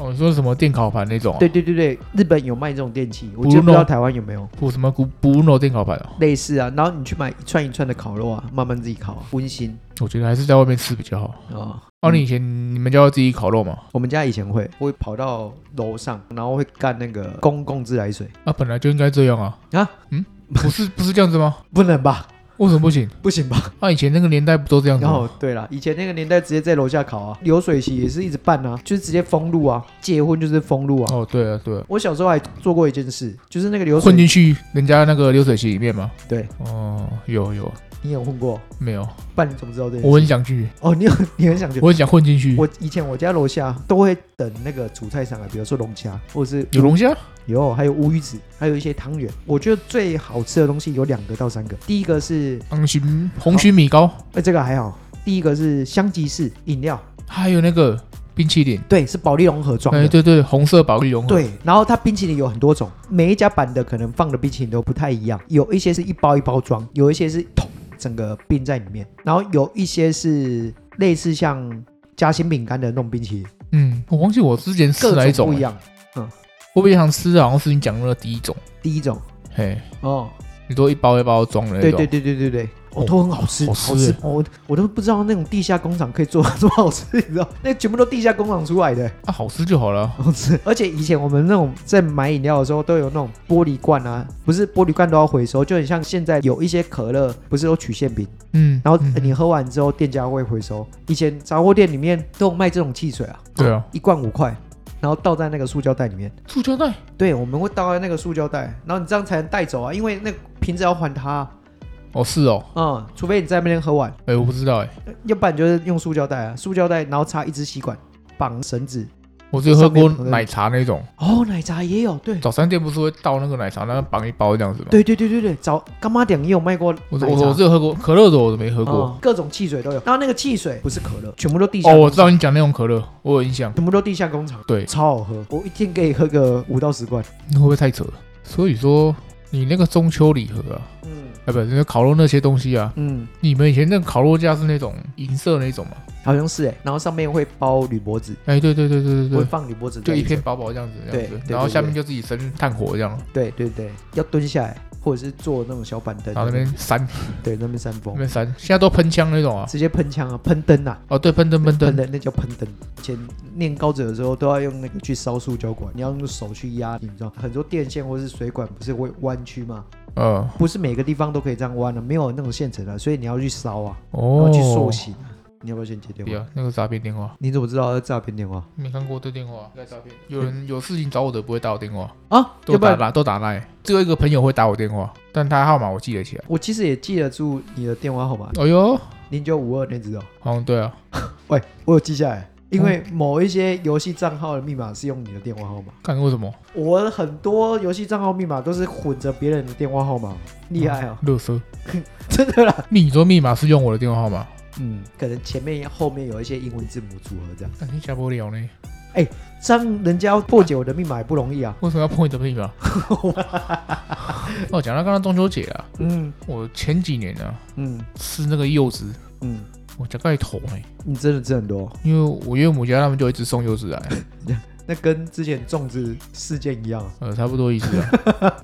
哦，你说什么电烤盘那种、啊？
对，对对对，日本有卖这种电器，我就不知
Bruno
道台湾有没有
不哦什么古古诺电烤盘哦，
类似啊。然后你去买一串一串的烤肉啊，慢慢自己烤啊，温馨
我觉得还是在外面吃比较好。
啊。
哦，你以前你们家要自己烤肉嘛？
我们家以前会会跑到楼上，然后会干那个公共自来水，
啊，本来就应该这样啊。
嗯啊，
嗯，不是不是这样子吗？
不能吧？
为什么不行？
不行吧？
啊，以前那个年代不都这样子
然
吗？
后对了，以前那个年代直接在楼下烤啊，流水席也是一直办啊，就是直接封路啊，结婚就是封路啊。
哦，对啊，对啊，
我小时候还做过一件事，就是那个流
混
水，
进去人家那个流水席里面嘛。
对
哦，有有
你有混过？
没有？
不然你怎么知道这件事？
我很想去，
哦，你有你很想去。
我很想混进去。
我以前我家楼下都会等那个主菜上来，比如说龙虾，或者是
有龙虾，
有，还有乌鱼子，还有一些汤圆。我觉得最好吃的东西有两个到三个，第一个是，
红鲟红鲟米糕，
哎、这个还好。第一个是香吉士饮料，
还有那个冰淇淋，
对，是保利龙盒装的。
哎，对对，红色宝丽龙，，
对，然后它冰淇淋有很多种，每一家版的可能放的冰淇淋都不太一样，有一些是一包一包装，有一些是桶整个冰在里面，然后有一些是类似像夹心饼干的那种冰淇淋，
嗯，我忘记我之前吃哪
各
一
种
种啊
不一
了，
样。
我比较常吃的好像是你讲的那第一种，
第一种
嘿，
哦，
你都一包一包装的那
对
种，
对对对对对，哦，
哦
都很好吃，
好吃
好吃，我我都不知道那种地下工厂可以做到这么好吃，你知道？那全部都地下工厂出来的，
啊，好吃就好了，
好吃。 而且以前我们那种在买饮料的时候，都有那种玻璃罐啊，不是玻璃罐都要回收，就很像现在有一些可乐不是有曲线瓶，
嗯，
然后
嗯
呃你喝完之后店家会回收。以前杂货店里面都有卖这种汽水啊，
对啊，
一罐五块，然后倒在那个塑胶袋里面。
塑胶袋，
对，我们会倒在那个塑胶袋，然后你这样才能带走啊，因为那个瓶子要还他啊，
哦是哦，
嗯，除非你在那边喝完。
哎，我不知道哎，
要不然就是用塑胶袋啊，塑胶袋，然后插一支吸管，绑绳子。
我只有喝过
上面有
奶茶那种，
哦，奶茶也有，对，
早餐店不是会倒那个奶茶，那绑一包这样子吗？
对对对对对，早干妈点也有卖过奶茶，
我我我只有喝过可乐的，我都没喝过。
嗯各种汽水都有。然后那个汽水不是可乐，全部都地下
哦，
工厂，
我知道你讲那种可乐，我有印象。
全部都地下工厂，
对，
超好喝，我一天可以喝个五到十罐。
你会不会太扯了？所以说，你那个中秋礼盒啊，
嗯
啊，不是那烤肉那些东西啊，
嗯，
你们以前那个烤肉架是那种银色那种嘛？
好像是哎、然后上面会包铝箔纸，
哎，对对对对对
会
对，
放铝箔纸在
就
里
一片薄薄这样子，这样
对
子，
对
然后
对
下面
对
就自己生炭火这样，
面，对对对，要蹲下来或者是坐那种小板凳，
然后那边扇，
对哦那边扇
那
风，
边扇，现在都喷枪那种啊，
直接喷枪啊，喷灯啊，
哦，对，喷灯喷灯，
灯那叫喷灯。以前念高职的时候都要用那个去烧塑胶管，你要用手去压，你知道很多电线或是水管不是会弯曲吗？
嗯，
不是每个地方都可以这样弯的、没有那种现成的，所以你要去烧啊，然
哦
后，去塑形啊、你要不要先接电
不
话？
要那个诈骗电话，
你怎么知道要诈骗电话
没看过这电话，应该诈骗，有人有事情找我的不会打我电话，
啊？嗯
都
要不
打
然
来都打来，只有一个朋友会打我电话，但他号码我记得起来，
我其实也记得住你的电话号码，
哎呦，
零九五二，你知道？
好像对啊，
喂，我有记下来，因为某一些游戏账号的密码是用你的电话号码。
看为什么，
我很多游戏账号密码都是混着别人的电话号码，厉害哦，
乐色，
真的啦。
密你说密码是用我的电话号码，
嗯，可能前面后面有一些英文字母组合这样，
感觉下不了呢，
这样人家要破解我的密码也不容易啊。
为什么要碰你的 密码？哦，讲到刚刚中秋节啊，
嗯
我前几年啊
嗯
吃那个柚子，
嗯，
我加盖头哎、
你真的吃很多，
因为我岳母家他们就一直送柚子来，
那跟之前粽子事件一样，
呃，差不多意 思啊。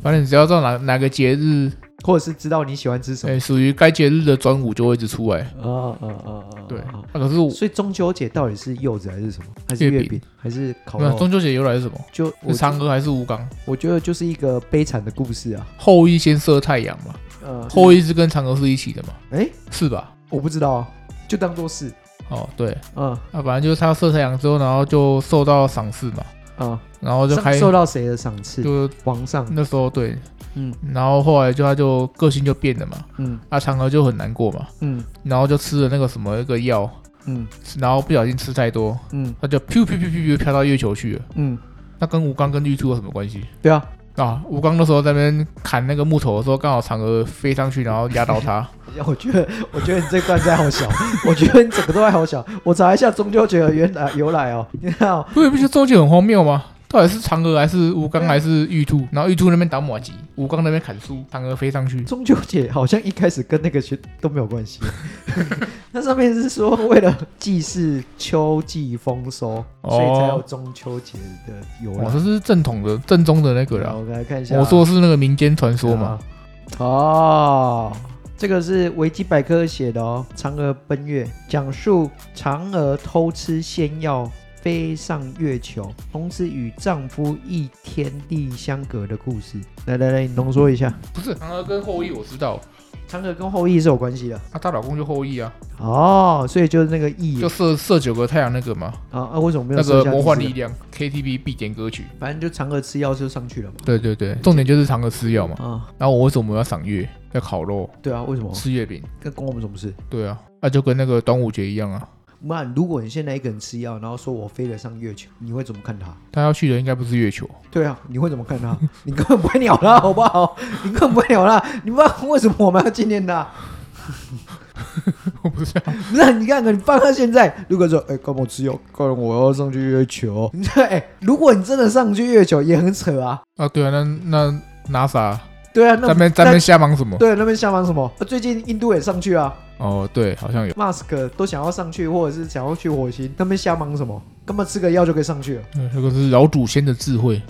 反正你只要知道哪哪个节日，
或者是知道你喜欢吃什么。
哎、属于该节日的端午就会一直出来。
啊啊啊啊！
对，
啊
啊、可是我
所以中秋节到底是柚子还是什么？还是
月
月
饼
饼？还是烤
没有
肉？
中秋节由来是什么？
就是我
嫦娥还是吴刚？
我觉得就是一个悲惨的故事啊。
后羿先射太阳嘛，
呃，
后羿是跟嫦娥是一起的嘛，
哎，
是吧？
我不知道啊，就当做是，
哦，对，
嗯
啊，反正就是他射太阳之后，然后就受到赏识嘛，
啊，
然后就
上
开
受到谁的赏赐？
就
皇上，
那时候对，
嗯
然后后来就他就个性就变了嘛，
嗯
啊，嫦娥就很难过嘛，
嗯
然后就吃了那个什么一个药，
嗯
然后不小心吃太多，
嗯
他就噗噗噗噗噗飘到月球去了。
嗯，
那跟吴刚跟玉兔有什么关系
对啊，
啊？吴刚那时候在那边砍那个木头的时候，刚好嫦娥飞上去，然后压倒他。
我觉得，我觉得你这段真的好小， 我觉得你整个都还好小。我查一下中秋节的原来由来哦，你看哦，
不是不是，周杰很荒谬吗？啊到底是嫦娥还是吴刚还是玉兔？然后玉兔那边打马吉，吴刚那边砍树，嫦娥飞上去。
中秋节好像一开始跟那个学都没有关系。 那上面是说为了祭祀秋季丰收，所以才有中秋节的由
我
来。
哦这是正统的正宗的那个
然
啦
后。我们来看一下，
啊
啊
我说是那个民间传说嘛。
哦，这个是维基百科写的哦，《嫦娥奔月》讲述嫦娥偷吃仙药飞上月球，同时与丈夫一天地相隔的故事。来来来，你浓缩一下，
不是嫦娥跟后羿我知道，
嫦娥跟后羿是有关系的
她她老公就后羿啊，
哦，所以就是那个羿
就射射九个太阳那个嘛，
啊啊，为什么没有
那
射
个
下
魔
第
幻
四
力
个？
量 KTV 必点歌曲。
反正就嫦娥吃药就上去了嘛。
对对对，重点就是嫦娥吃药嘛。
啊，
然后我为什么要赏月、要烤肉、
对啊，为什么？
吃月饼？
跟关我们什么事？
对啊，那、就跟那个端午节一样啊。
那如果你现在一个人吃药，然后说我飞了上月球，你会怎么看他？
他要去的应该不是月球，
对啊，你会怎么看他？ 你根本不会鸟他，好不好？ 你根本不会鸟他，你不知道为什么我们要纪念他？
我不知道。
不是啊，你看看，你放到现在，如果说，哎、干嘛吃药？干嘛我要上去月球？ 你说，哎、如果你真的上去月球，也很扯啊。
啊，对啊，那那 NASA
对啊，那
咱们咱们瞎忙什么？
对那边瞎忙什么、啊最近印度也上去啊
哦，对，好像有。
，Mask 都想要上去，或者是想要去火星，那边瞎忙什么？根本吃个药就可以上去了。
嗯这个是老祖先的智慧，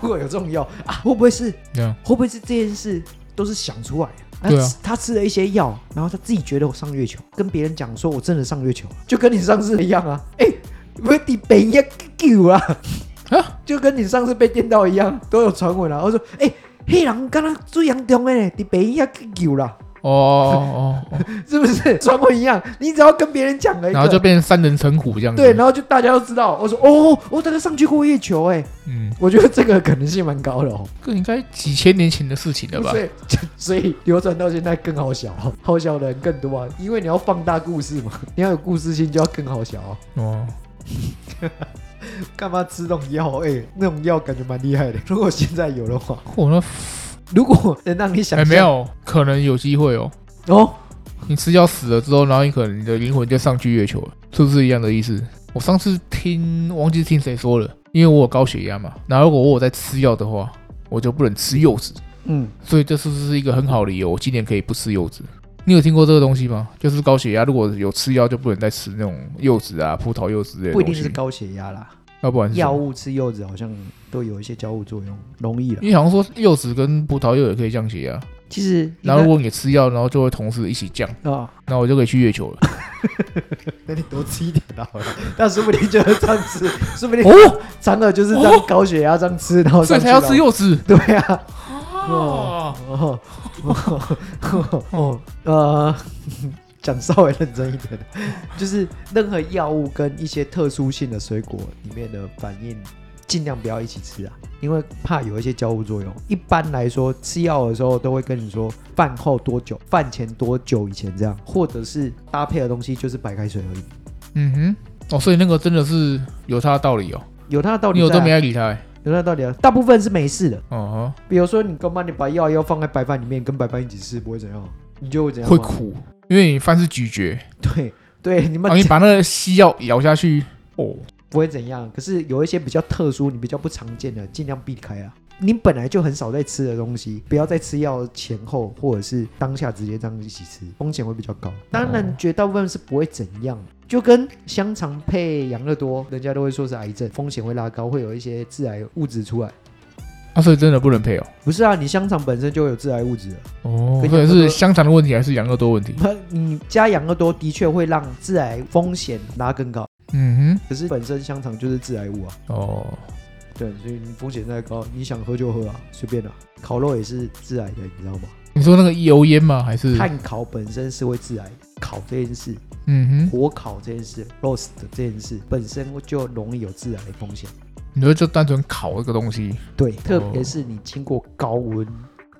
如果有这种药啊，会不会是
这样
会不会是这件事都是想出来的？他
对啊
吃他吃了一些药，然后他自己觉得我上月球，跟别人讲说我真的上月球了，就跟你上次一样啊！ 哎、我你被人家救啊，
啊
就跟你上次被电到一样，都有传闻啊。我说，哎、黑狼刚刚最严重的呢，你被人家救啦，
哦哦 哦
啊
哦，
是不是？传闻一样，你只要跟别人讲了一个，
然后就变成三人成虎这样子。
对，然后就大家都知道。我说，哦哦，他、上去过月球哎、
嗯，
我觉得这个可能性蛮高的哦。
这应该几千年前的事情了吧
所？以 所以流传到现在更好笑、哦，好笑的人更多啊，因为你要放大故事嘛， 你要有故事性就要更好笑、哦。
哦，
干嘛吃那种药？哎、那种药感觉蛮厉害的。 如果现在有的话，
我那
如果能让你想
哎
象、
没有，可能有机会哦。
哦，
你吃药死了之后，然后你可能你的灵魂就上去月球了，是不是一样的意思？我上次听忘记听谁说了，因为我有高血压嘛，然后如果我有在吃药的话，我就不能吃柚子，
嗯，
所以这是不是一个很好的理由？我今年可以不吃柚子？你有听过这个东西吗？就是高血压，如果有吃药就不能再吃那种柚子啊、葡萄柚子之类的
不一定
东
是
西，
高血压啦，
要不然是什么
药物吃柚子好像都有一些交互作用，容易了。
因为好像说柚子跟葡萄柚也可以降血压，
其实应该，
啊然后如果你吃药，然后就会同时一起降，
啊，
那我就可以去月 球了。
那你多吃一点啦好了， 但说不定就是这样吃，说不定
哦，
长耳就是这样高血压这样吃，然后
所以
上去
才要
了
吃。柚子
对啊，
哦。
哦哦哦哦呃，讲稍微认真一点，就是任何药物跟一些特殊性的水果里面的反应，尽量不要一起吃啊，因为怕有一些交互作用。一般来说，吃药的时候都会跟你说饭后多久、饭前多久以前这样，或者是搭配的东西就是白开水而已，
嗯哼，哦，所以那个真的是有它的道理哦。
有它的道
你
理
有
在
都
啊、
没爱理它、欸，
有它的道理啊，大部分是没事的。
哦、
比如说你干嘛你把药药放在白饭里面，跟白饭一起吃不会怎样，你就会怎样
会
吗
苦，因为你饭是咀嚼，啊
对对，你们
哦然后你把那个西药咬下去，哦，
不会怎样。可是有一些比较特殊、你比较不常见的，尽量避开啊。你本来就很少在吃的东西，不要在吃药前后或者是当下直接这样一起吃，风险会比较高。当然，绝大部分是不会怎样，就跟香肠配养乐多，人家都会说是癌症，风险会拉高，会有一些致癌物质出来。
那、啊所以真的不能配哦。
不是啊，你香肠本身就有致癌物质了，啊
哦，
跟
所以
养乐
是
多
香肠的问题还是羊肉多问题？
不你加养乐多的确会让致癌风险拉更高，
嗯
可是本身香肠就是致癌物啊。
哼，哦，
对，所以你风险再高，你想喝就喝啊，随便啊。烤肉也是致癌的，你知道吗？
你说那个油烟吗？还是
碳烤本身是会致癌的，烤这件事，
嗯哼，
火烤这件事，roast 这件事本身就容易有致癌的风险。
你说就单纯烤这个东西，
对，特别是你经过高温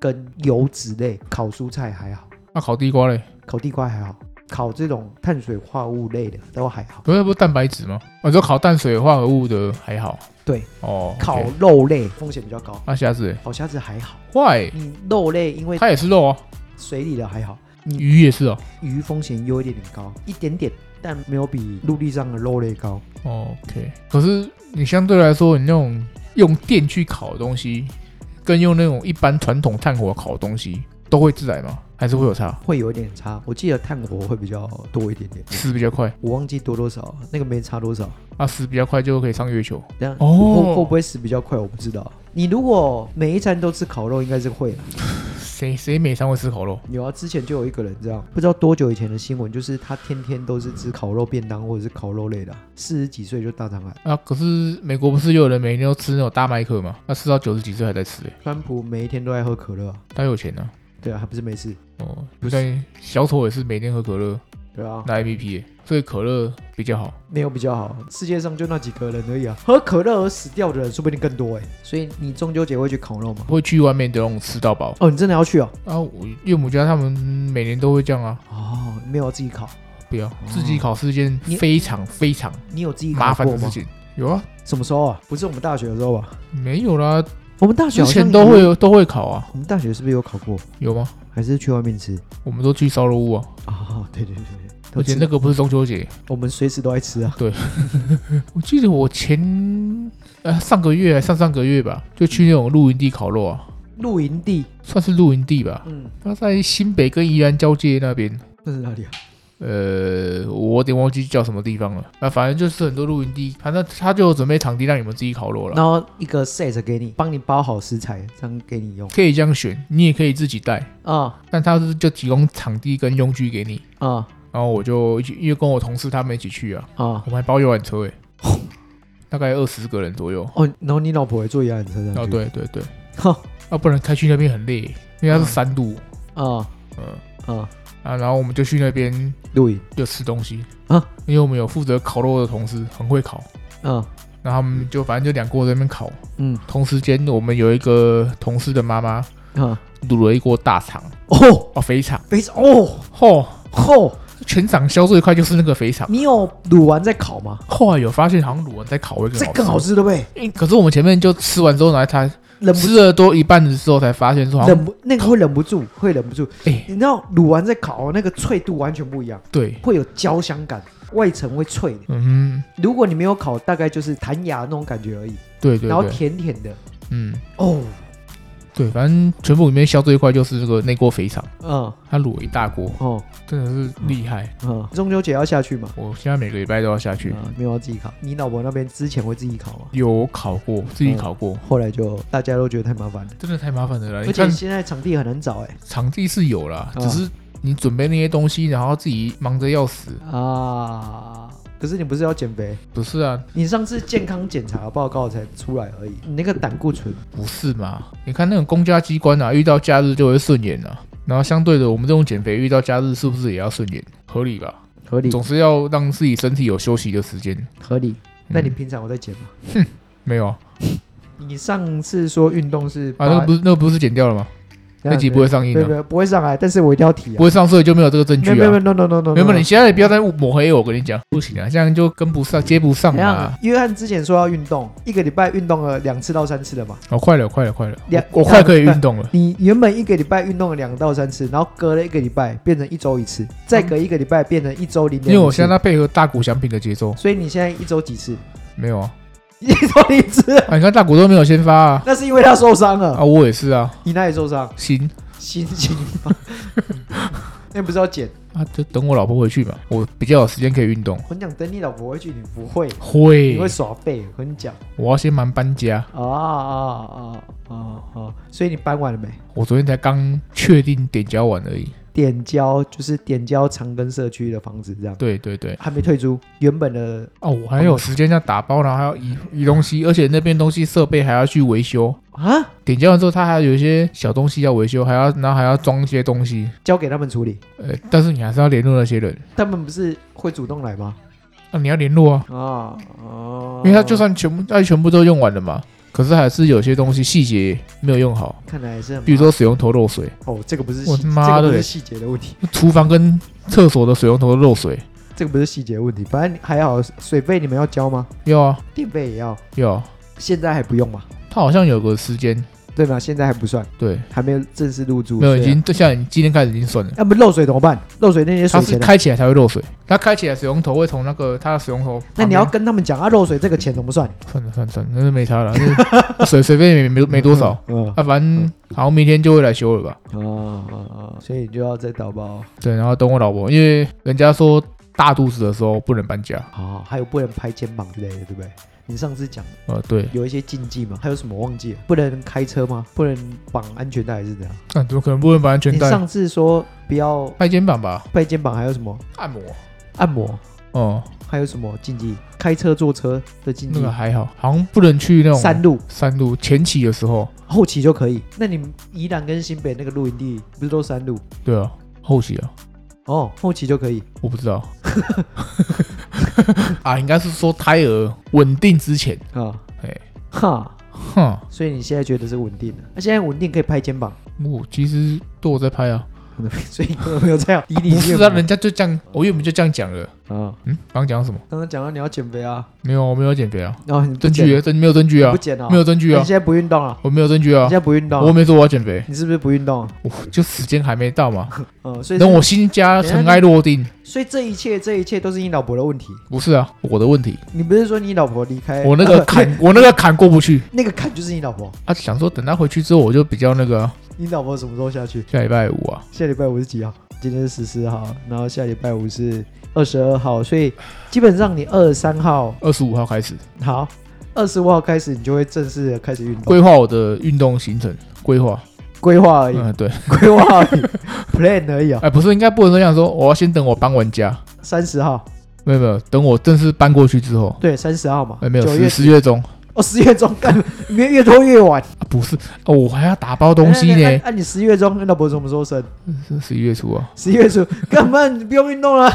跟油脂类，烤蔬菜还好，
那、烤地瓜嘞？
烤地瓜还好，烤这种碳水化物类的都还好，
不是不是蛋白质吗？我说烤淡水化合物的还好。
对，
哦，
烤
OK 啊
肉类风险比较高，
那虾子
烤虾子还好，
欸坏，Why？
你肉类因为
它也是肉啊，
水里的还好。
鱼也是哦。
鱼风险有一点点高，一点点，但没有比陆地上的肉类高。
OK，可是你相对来说，你那种用电去烤的东西，跟用那种一般传统炭火烤的东西，都会致癌吗？还是会有差？
会有一点差，我记得炭火会比较多一点点，
死比较快
我忘记多多少，那个没差多少。
啊，死比较快就可以上月球。
这样会会不
哦，
会死比较快，我不知道。你如果每一餐都吃烤肉，应该是会啦。
谁谁每餐会吃烤肉？
有啊，之前就有一个人这样，不知道多久以前的新闻，就是他天天都是吃烤肉便当或者是烤肉类的啊，四十几岁就大肠癌。
啊，可是美国不是有人每天都吃那种大麦克吗？他吃到九十几岁还在吃、欸，
川普每一天都在喝可乐啊、
他有钱啊。
对啊，还不是没事，
哦，不像小丑也是每天喝可乐
对啊，
拿 MVP，、欸、所以可乐比较好。
没有比较好，世界上就那几个人而已啊。喝可乐而死掉的人说不定更多哎、所以你中秋节会去烤肉吗？
会去外面的那种吃到饱
哦，你真的要去哦？
啊，我岳母家他们每年都会这样啊。
哦，没有自己烤，
不要自己烤是一件非常非常
哦你有自己
麻
烤
烦
过
的事
吗？
情。有啊，
什么时候啊？不是我们大学的时候啊吧？
没有啦，
我们大学
之
好像
前都会
有，
有都会烤啊，
我们大学是不是有烤过？
有吗？
还是去外面吃？
我们都去烧肉屋啊，
哦，对对对对，
而
都
且
吃
那个不是中秋节，
我们随时都爱吃啊。
我记得我前呃上个月上上个月吧，就去那种露营地烤肉啊，
露营地，
算是露营地吧，
嗯，
它在新北跟宜兰交界那边。
那是哪里啊？
呃，我有点忘记叫什么地方了啊，反正就是很多露营地，反正他就有准备场地让你们自己烤肉了，
然后一个 set 给你，帮你包好食材，这样给你用
可以这样选，你也可以自己带，
啊
但他是就提供场地跟用具给你，
啊
然后我就一起，因为跟我同事他们一起去啊，
啊！
我们还包游览车诶、欸大概二十个人左右。
哦，然后你老婆也坐游览车上
哦，
去，
对对对，
哼，
啊，不然开去那边很累，因为它是山路
啊
嗯
啊，
啊。然后我们就去那边
露营
就吃东西
啊，
因为我们有负责烤肉的同事很会烤，
啊。
然后他们就反正就两锅在那边烤。
嗯
同时间，我们有一个同事的妈妈
啊，
卤了一锅大肠
哦，
哦，肥肠，
肥肠哦
嚯、
哦，
全场销最快就是那个肥肠。
你有卤完再烤吗？
后来有发现，好像卤完再烤会更好
这
吃。
更好吃，对不对？
因为可是我们前面就吃完之后，然后他
忍不
吃了多一半的时候才发现说好像，
忍不那个会忍不住，会忍不住。
哎、
你知道卤完再烤，那个脆度完全不一样，
对，
会有焦香感，外层会脆的。
嗯，
如果你没有烤，大概就是弹牙那种感觉而已，
对对
然后
对，
甜甜的。
嗯，
哦，
对，反正全部里面销最快就是这个内锅肥肠，
嗯，
它卤了一大锅，
哦，
真的是厉害。
嗯，中秋节要下去嘛？
我现在每个礼拜都要下去，
啊，没有要自己烤。你老婆那边之前会自己烤吗？
有烤过，自
嗯
己烤过，
后来就大家都觉得太麻烦了，
真的太麻烦了啦。
而
呃你
且
看
现在场地很难找哎、
场地是有啦，
啊
只是你准备那些东西，然后自己忙着要死。
啊。可是你不是要减肥？
不是啊，
你上次健康检查报告才出来而已，你那个胆固醇
不是嘛？你看那种公家机关啊，遇到假日就会顺延啊。然后相对的，我们这种减肥遇到假日是不是也要顺延？合理吧？
合理
总是要让自己身体有休息的时间。
合理。那你
嗯
平常有在减吗？
没有啊？
你上次说运动是
啊那个不是那个不是减掉了吗？那集不会上映
哎没有没
的，
有不会上来，但是我一定要提啊。
不会上，所以就没有这个证
没
据
有没有没
啊。
有 no no no no，
没有，没有你现在也不要再抹黑我，我跟你讲，不行啊，这样就跟不上，接不上
怎样
啊。？
约翰之前说要运动，一个礼拜运动了两次到三次了嘛。
哦，快了，快了，快了，
两
我我快可以运动了。
你原本一个礼拜运动了两到三次，然后隔了一个礼拜变成一周一次，再隔一个礼拜变成一周零
因
点。
为我现在配合大谷翔平的节奏，
所以你现在一周几次？
没有啊，
一周一次，
啊，你看大谷都没有先发啊，
那是因为他受伤了。
啊，我也是啊，
你哪里受伤？
行
心情吗？ 那不是要减？
啊，就等我老婆回去嘛，我比较有时间可以运动。
我想等你老婆回去，你不会，
会
你会，耍废。我跟你讲，
我要先忙搬家，
啊啊啊啊啊！所以你搬完了没？
我昨天才刚确定点交完而已。
点交就是点交长庚社区的房子，这样
对对对，
还没退租，原本的
哦，我还有时间要打包，然后还要移移东西，而且那边东西设备还要去维修。
啊，
点交完之后，它还有一些小东西要维修，还要然后还要装一些东西。
交给他们处理。
呃，但是你还是要联络那些人，
他们不是会主动来吗？
那、你要联络啊，
啊，哦
因为他就算全部，哎他全部都用完了嘛，可是还是有些东西细节没有用好，
看来是很麻烦，
比如说水龙头漏水，
哦，这个不是
我
细，这
妈
个
的
不是
嘞
细节的问题，
厨房跟厕所的水龙头漏水，
这个不是细节的问题。反正还好，水费你们要交吗？
要啊
电费也要，
要啊，
现在还不用嘛？
他好像有个时间，
对吗？现在还不算，
对，
还没有正式入住。
没有
所以
已
啊
经，这像你今天开始已经算了。
那不漏水怎么办？漏水那些
它
水
是
钱呢？
开起来才会漏水，它开起来水龙头会从那个它的水龙头旁边。
那你要跟他们讲啊，漏水这个钱怎么算？
算了算了算了，那就没差了， 那水水费也没没没多少，
嗯。
啊，反正好像明天就会来修了吧？
啊啊啊！所以你就要再打包。
对，然后等我老婆，因为人家说大肚子的时候不能搬家，
哦，还有不能拍肩膀之类的，对不对？你上次讲
呃，对，
有一些禁忌嘛，还有什么忘记了？不能开车吗？不能绑安全带还是怎样？
那、啊怎么可能不能把安全
你
带？
上次说不要
拍肩膀吧，
拍肩膀，还有什么
按摩，
按摩，
哦、
还有什么禁忌？开车坐车的禁
那
忌
个，还啊好，好像不能去那种
山路
山路前期的时候，
后期就可以。那你们宜兰跟新北那个露营地不是都山路？
对啊，后期啊，
哦，后期就可以。
我不知道， 啊，应该是说胎儿稳定之前，
啊，
哎，
哈，
哼。
所以你现在觉得是稳定的？那、现在稳定可以拍肩 膀，
我哦其实都有在拍啊，
所以你有没有这样？以你
不是啊，人家就这样，我原本就这样讲了。
啊，
嗯，刚讲什么？
刚刚讲到你要减肥啊，
没有，我没有减肥啊，
然哦后你不
证
减
据真没有证据啊
不，减啊，
没有证据
你
啊
现，在不运动了，
我没有证据
你
啊
现，在不运动啊，
我没说我要减肥，
你是不是不运动啊？
我就时间还没到嘛，
嗯，所以
等我新家尘埃落定。
所以这一切这一切都是你老婆的问题。
不是啊，我的问题，
你不是说你老婆离开
我 那个坎，我那个坎过不去
那个坎就是你老婆？
啊。想说等他回去之后，我就比较那个啊
你老婆什么时候下去？
下礼拜五啊，
下礼拜五是几号？今天是十四号，然后下礼拜五是二十二号，所以基本上你二十三号
二十五号开始
好，二十五号开始你就会正式的开始运动，
规划我的运动行程规划。
规划而已，
嗯，对，
规划 而已，plan 而已啊。
哎，不是，应该不能这样说，我要先等我搬完家，
三十号，
没有没有，等我正式搬过去之后，
对，三十号嘛，
哎，没有
九
十
月
十月中。
哦，十月中，干你们越拖越晚。
啊，不是哦，我还要打包东西
哎那那
呢。
那你十月中，你老婆什么时候生？
是十一月初啊，
十一月初， 干嘛？你不用运动 了，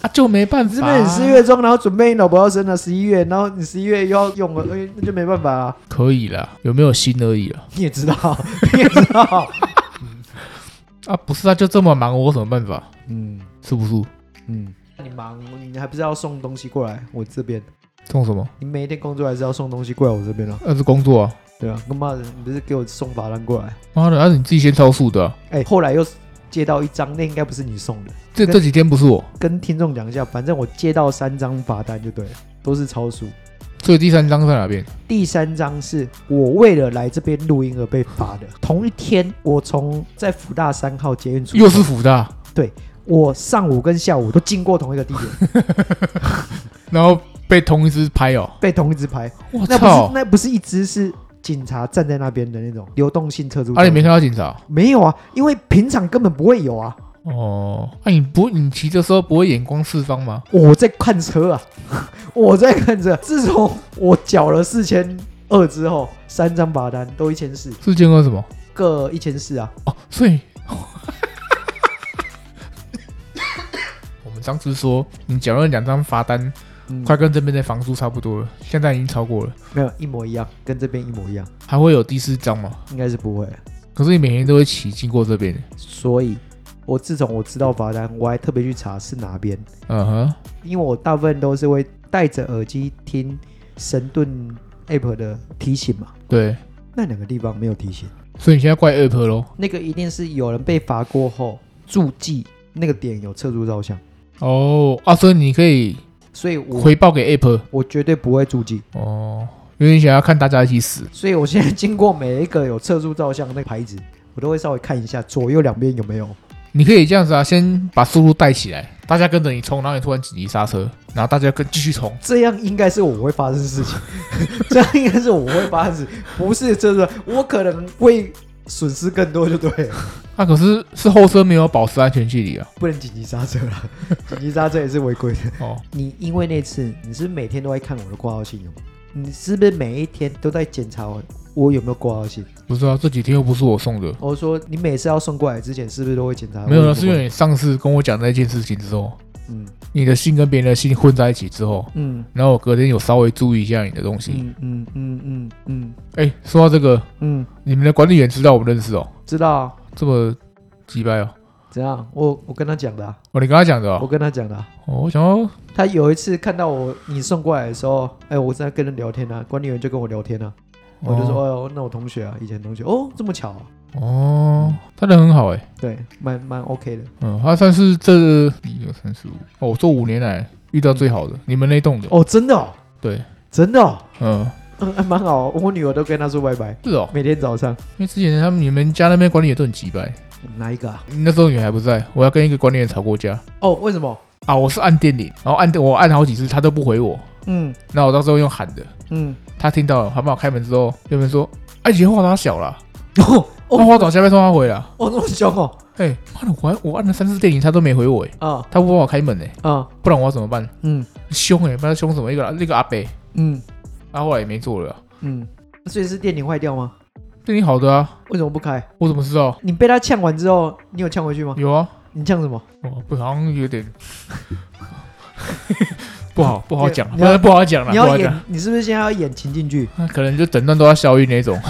啊就没办
你
法、
这边你十月中，然后准备你老婆要生了，十一月，然后你十一月又要用了，哎，那就没办法啊。
可以啦，有没有心而已啊啦。
你也知道， 你也知道，
啊，不是啊，就这么忙，我有什么办法？
嗯
是不是？
嗯。那你忙，你还不是要送东西过来我这边？
送什么？
你每一天工作还是要送东西过来我这边啊？
那是工作啊。
对啊，他妈的，你不是给我送罚单过来？
妈的，那、啊是你自己先超速的啊、
哎、后来又接到一张，那应该不是你送的。
这这几天不是我，
跟听众讲一下，反正我接到三张罚单就对了。都是超速。
所以第三章在哪边？
第三章是我为了来这边录音而被罚的。同一天，我从在福大三号捷运出口，
又是福大，
我上午跟下午都经过同一个地点，
然后被同一只拍哦。
被同一只拍。
我
那不是
操！
那不是一只是警察站在那边的那种流动性特殊交通。
啊，你没看到警察？
没有啊，因为平常根本不会有啊。
哦，那、你不你骑的时候不会眼光四方吗？
我在看车啊， 我在看车。自从我缴了四千二之后，三张罚单都一千四，
是见过什么？
各一千四啊。
哦，所以，我们上次说你缴了两张罚单，
嗯，
快跟这边的房租差不多了，现在已经超过了，
没有一模一样，跟这边一模一样，
还会有第四张吗？
应该是不会。
可是你每天都会骑经过这边，
所以，我自从我知道罚单，我还特别去查是哪边，
嗯哼，
因为我大部分都是会戴着耳机听神盾 App 的提醒嘛。
对，
那两个地方没有提醒，
所以你现在怪 app 咯。
那个一定是有人被罚过后注记那个点有侧柱照相，
哦，啊，所以你可以
所以我
回报给 app
我绝对不会注记。
哦，因为你想要看大家一起死，
所以我现在经过每一个有测速照相的那个牌子，我都会稍微看一下左右两边有没有。
你可以这样子啊，先把速度带起来，大家跟着你冲，然后你突然紧急刹车，然后大家跟继续冲，
这样应该是我会发生的事 情，这样应该是我会发生的事情，不是真的，我可能会损失更多就对了。
那、啊可是是后车没有保持安全距离啊，
不能紧急刹车了，紧急刹车也是违规的。
哦。
你因为那次，你是不是每天都在看我的挂号信用？你是不是每一天都在检查我我有没有挂号信？
不是啊，这几天又不是我送的。
我哦说你每次要送过来之前，啊是不是都会检查？
没有了，是因为你上次跟我讲那件事情之后，
嗯
你的信跟别人的信混在一起之后，
嗯
然后我隔天有稍微注意一下你的东西。
嗯嗯嗯嗯嗯
哎、说到这个，
嗯，
你们的管理员知道我们认识哦，
知道啊。
这么鸡掰哦。
怎样？我我跟他讲的啊、
哦，你跟他讲的哦
我。跟他讲的啊、
哦我想要，
他有一次看到我你送过来的时候，哎，我在跟人聊天啊，管理员就跟我聊天啊，我就说，
哦，
哎呦，那我同学啊，以前同学，哦，这么巧啊，
哦他人很好哎、
对，蛮蛮 OK 的。
嗯，他算是这一二三四五，哦，我做五年来遇到最好的，你们那栋的，
嗯哦，真的哦，
对，
真的哦，
嗯，
嗯，还蛮好哦。我女儿都跟他说拜拜，
是哦，
每天早上。
因为之前他们你们家那边管理员都很鸡掰，
哪一个啊？
那时候你还不在，我要跟一个管理员吵过架，
哦，为什么？
啊，我是按电铃，然后按我按好几次，他都不回我。
嗯
那我到时候用喊的，
嗯，
他听到了，他帮我开门之后，那边说：“哎、你话打小了，
哦
那
哦
花打下面说他回了。
哦，这么凶哦，
哎、妈的，我按我按了三次电铃，他都没回我、哎，
啊
他不帮我开门哎、
啊
不然我要怎么办？
嗯
凶哎、不知道凶什么？一个那个阿伯，
嗯
他、后来也没做了啊、
嗯，所以是电铃坏掉吗？
电铃好的啊，
为什么不开？
我怎么知道？
你被他呛完之后，你有呛回去吗？
有啊，
你呛什么？
哦，不好像有点不好不好讲，啊
你要
不好讲了，
你
不好
要
讲，啊
演，你是不是现在要演情境剧？
那可能就整段都要消音那种。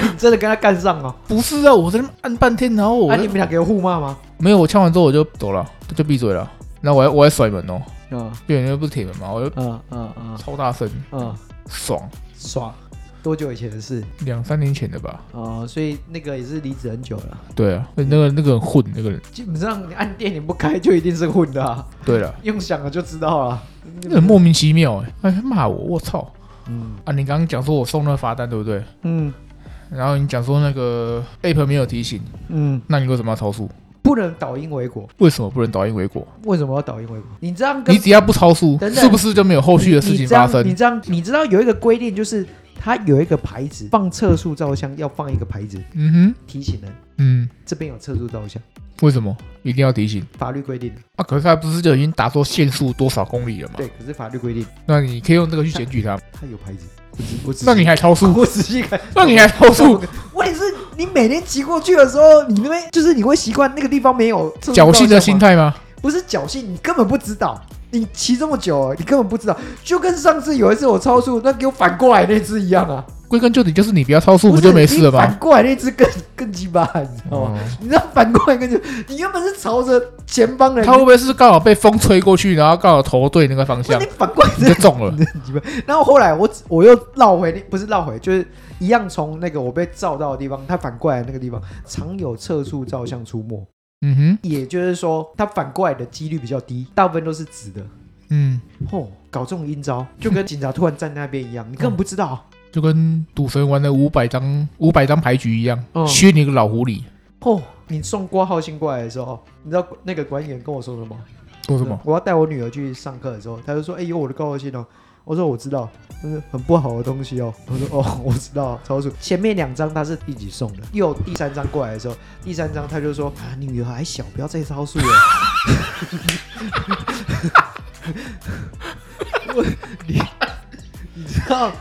你真的跟他干上哦？
不是啊，我在那边按半天，然后我
啊，
在
你们俩给我互骂吗？
没有，我呛完之后我就走了，他就闭嘴了。那我还我还甩门哦，
嗯
因为那不是铁门嘛，我就
嗯嗯嗯
超大声，
嗯，
爽，
爽！多久以前的事？
两三年前的吧。
哦，所以那个也是离职很久了。
对啊，那个那个很混那个人。
基本上你按电铃不开就一定是混的、啊，
对了，
用想了就知道了。
那很莫名其妙哎、哎骂我，我操
嗯
啊！你刚刚讲说我送那个罚单对不对？
嗯
然后你讲说那个 app 没有提醒，
嗯，
那你为什么要超速？
不能倒因为果。
为什么不能导因为果？
为什么要倒因为果？你这样跟
你只要不超速，
等等
是不是就没有后续的事情发生
你？这样，你这样，你知道有一个规定，就是它有一个牌子，放测速照相要放一个牌子
嗯哼，
提醒人，
嗯，
这边有测速照相，
为什么一定要提醒？
法律规定的。
啊，可是他不是就已经打说限速多少公里了吗？
对，可是法律规定
那你可以用这个去检举他吗。
它有 牌子，我只我只
那你还超 速？
我仔细看，
那你还超速？
问题是你每天骑过去的时候，你那边就是你会习惯那个地方没有测速
侥幸的
照相吗
心，态吗？
不是侥幸，你根本不知道。你骑这么久了，你根本不知道，就跟上次有一次我超速，那给我反过来那只一样啊，
归根究底就是你不要超速，
不是
不就没事了
你
吗？
反过来那只更更鸡巴，你知道吗？
哦，
你知道反过来跟着，你原本是朝着前方的，
他会不会是刚好被风吹过去，然后刚好头 对那个方
不是
向
你，反过来
你就中 了？
然后后来我只我又绕回那，不是绕回，就是一样从那个我被照到的地方，他反过来的那个地方常有测速照相出没，
嗯
也就是说，它反过来的几率比较低，大部分都是直的。
哼，嗯，
哦，搞这种阴招，就跟警察突然站那边一样，你根本不知道。
就跟赌神玩的五百张五百张牌局一样，
嗯
削你个老狐狸，
哦，你送挂号信过来的时候，你知道那个管理员跟我说什么？
说什么？
我要带我女儿去上课的时候，他就说：“哎、有我的高号信哦。”我说：“我知道，但是很不好的东西哦。”我说：“哦， 我知道，超叔。”前面两张他是一起送的，又第三张过来的时候，第三张他就说：“啊，你女儿还小，不要再超速了。 我”你你知道？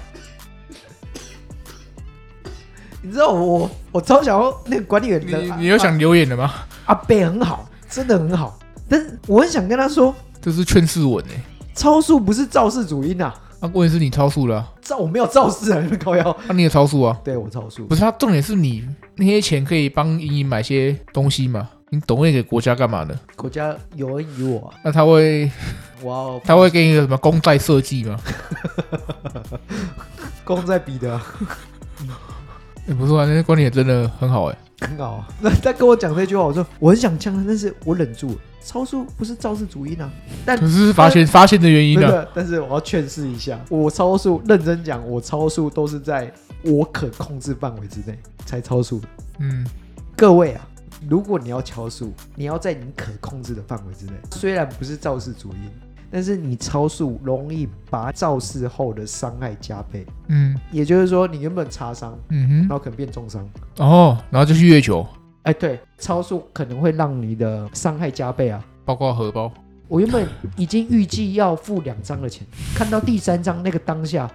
你知道我我超想要那个管理员
你
的啊
你有想留言的吗？
阿贝很好，真的很好，但是我很想跟他说，
这是劝世文哎、
超速不是肇事主因呐、啊，
那、问题是你超速了啊、
肇我没有肇事啊，你们高腰，
那、你也超速啊？
对我超速
不，是，他重点是你那些钱可以帮莹莹买些东西嘛？你懂那给国家干嘛呢？
国家有恩于我、啊，
那他会
我要
他会给你一个什么公债设计 吗？
功在彼得，
也、不错啊，那些观点真的很 好哎、
很好啊。那他跟我讲这句话，我说我很想呛他，但是我忍住了。超速不是肇事主因啊，但
可是发 现发现的原因啊
真
呢、
的，但是我要劝示一下，我超速，认真讲，我超速都是在我可控制范围之内才超速。
嗯，
各位啊，如果你要超速，你要在你可控制的范围之内。虽然不是肇事主因，但是你超速容易把肇事后的伤害加倍。
嗯
也就是说，你原本擦伤，
嗯
然后可能变重伤。
哼，哦，然后就去月球，
哎，对，超速可能会让你的伤害加倍啊。
包括荷包，
我原本已经预计要付两张的钱，看到第三张那个当下，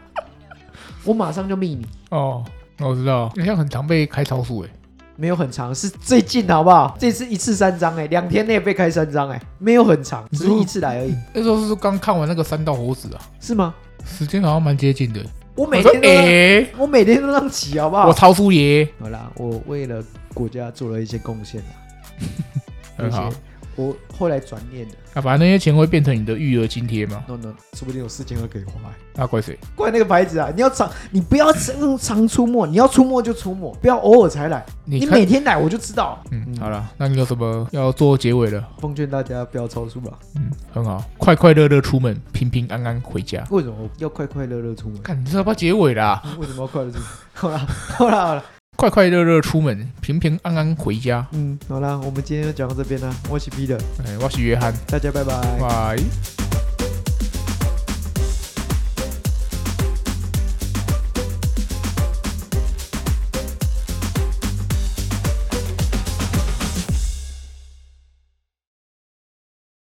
我马上就密你，
哦，那我知道，好像很常被开超速哎、
没有很长，是最近好不好？这次一次三张哎、两天内被开三张哎、没有很长，只是一次来而已，
那时候是刚看完那个三道猴子啊，
是吗？
时间好像蛮接近的。
我
我
每
说
天都让、
哎、
我每天都让骑，好不
我
好？
超速耶，
好啦，我为了国家做了一些贡献啦，
很好
有些。我后来转念的
啊，反正那些钱会变成你的育儿津贴嘛，
，no no，说不定有四千二可以花、欸。
那怪谁？
怪那个牌子啊！你要常，你不要常常出没，你要出没就出没，不要偶尔才来。
你
你
看。
每天来我就知道。
嗯，好了，那你有什么要做结尾了？
奉劝大家不要超速了。
嗯，很好，快快乐乐出门，平平安安回家。
为什么要快快乐乐出 门？
看，你知道不？结尾啦，
为什么要快乐出门？好啦，好啦，好啦，
快快乐乐出门，平平安安回家。
嗯，好啦，我们今天就讲到这边啦。我是 Peter，
哎，我是约翰，
大家拜拜。
拜。